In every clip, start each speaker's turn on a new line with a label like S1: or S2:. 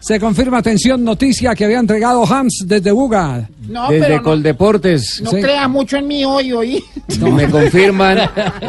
S1: Se confirma, atención, noticia que había entregado Hams desde Buga.
S2: No,
S3: Desde
S2: pero no,
S3: Coldeportes
S2: no
S1: sí.
S2: crea mucho en mí hoy, oí.
S3: me confirman.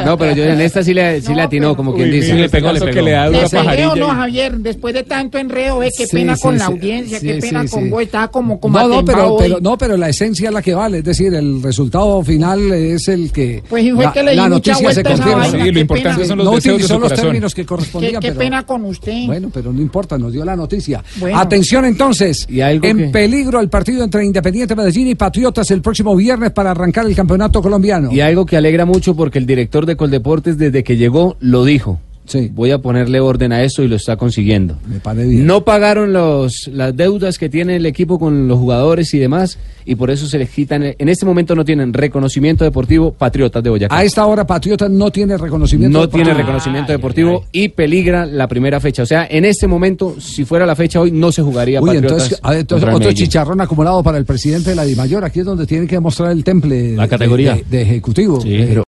S3: No, pero yo en esta sí le, sí
S2: No,
S3: le atinó,
S2: pero-
S3: como quien dice.
S4: le pegó, le pegó. este Que le da
S2: ¿Le
S4: dura
S2: pegué
S4: pajarilla.
S2: o no, Javier? Después de tanto enreo, eh, qué
S3: Sí,
S2: pena
S3: sí,
S2: con la
S3: sí.
S2: audiencia,
S3: Sí,
S2: qué pena
S3: sí,
S2: con
S3: sí.
S2: vos, estaba como, como
S1: No, no,
S2: atembao
S1: pero,
S2: hoy.
S1: pero, no, pero la esencia es la que vale, es decir, el resultado final es el que
S2: Pues, hijo, es
S1: la,
S2: que le di
S1: la
S2: mucha
S1: noticia se
S2: vuelta a esa
S1: confirma.
S2: vaina,
S4: Sí,
S2: qué
S4: lo importante
S2: pena.
S4: son los
S1: No
S4: deseos de
S1: utilizó
S4: su
S1: los
S4: corazón.
S1: términos que
S2: Qué,
S1: correspondían,
S2: qué
S1: pero
S2: pena con usted.
S1: bueno, pero no importa, nos dio la noticia.
S2: Bueno.
S1: Atención entonces,
S3: ¿Y algo
S1: en
S3: que-
S1: peligro el partido entre Independiente Medellín y Patriotas el próximo viernes para arrancar el campeonato colombiano.
S3: Y algo que alegra mucho porque el director de Coldeportes desde que llegó lo dijo.
S1: Sí.
S3: Voy a ponerle orden a esto y lo está consiguiendo.
S1: Me parece bien.
S3: No pagaron los, las deudas que tiene el equipo con los jugadores y demás y por eso se les quitan. En este momento no tienen reconocimiento deportivo Patriotas de Boyacá.
S1: A esta hora Patriotas no tiene reconocimiento.
S3: No
S1: del
S3: tiene
S1: partido.
S3: reconocimiento deportivo y peligra la primera fecha. O sea, en este momento, si fuera la fecha hoy, no se jugaría
S1: Uy,
S3: Patriotas.
S1: entonces, a ver, entonces,
S3: contra
S1: otro
S3: Medellín.
S1: chicharrón acumulado para el presidente de la Dimayor. Aquí es donde tiene que mostrar el temple.
S4: La
S1: de-
S4: categoría.
S1: De, de ejecutivo.
S4: Sí, pero-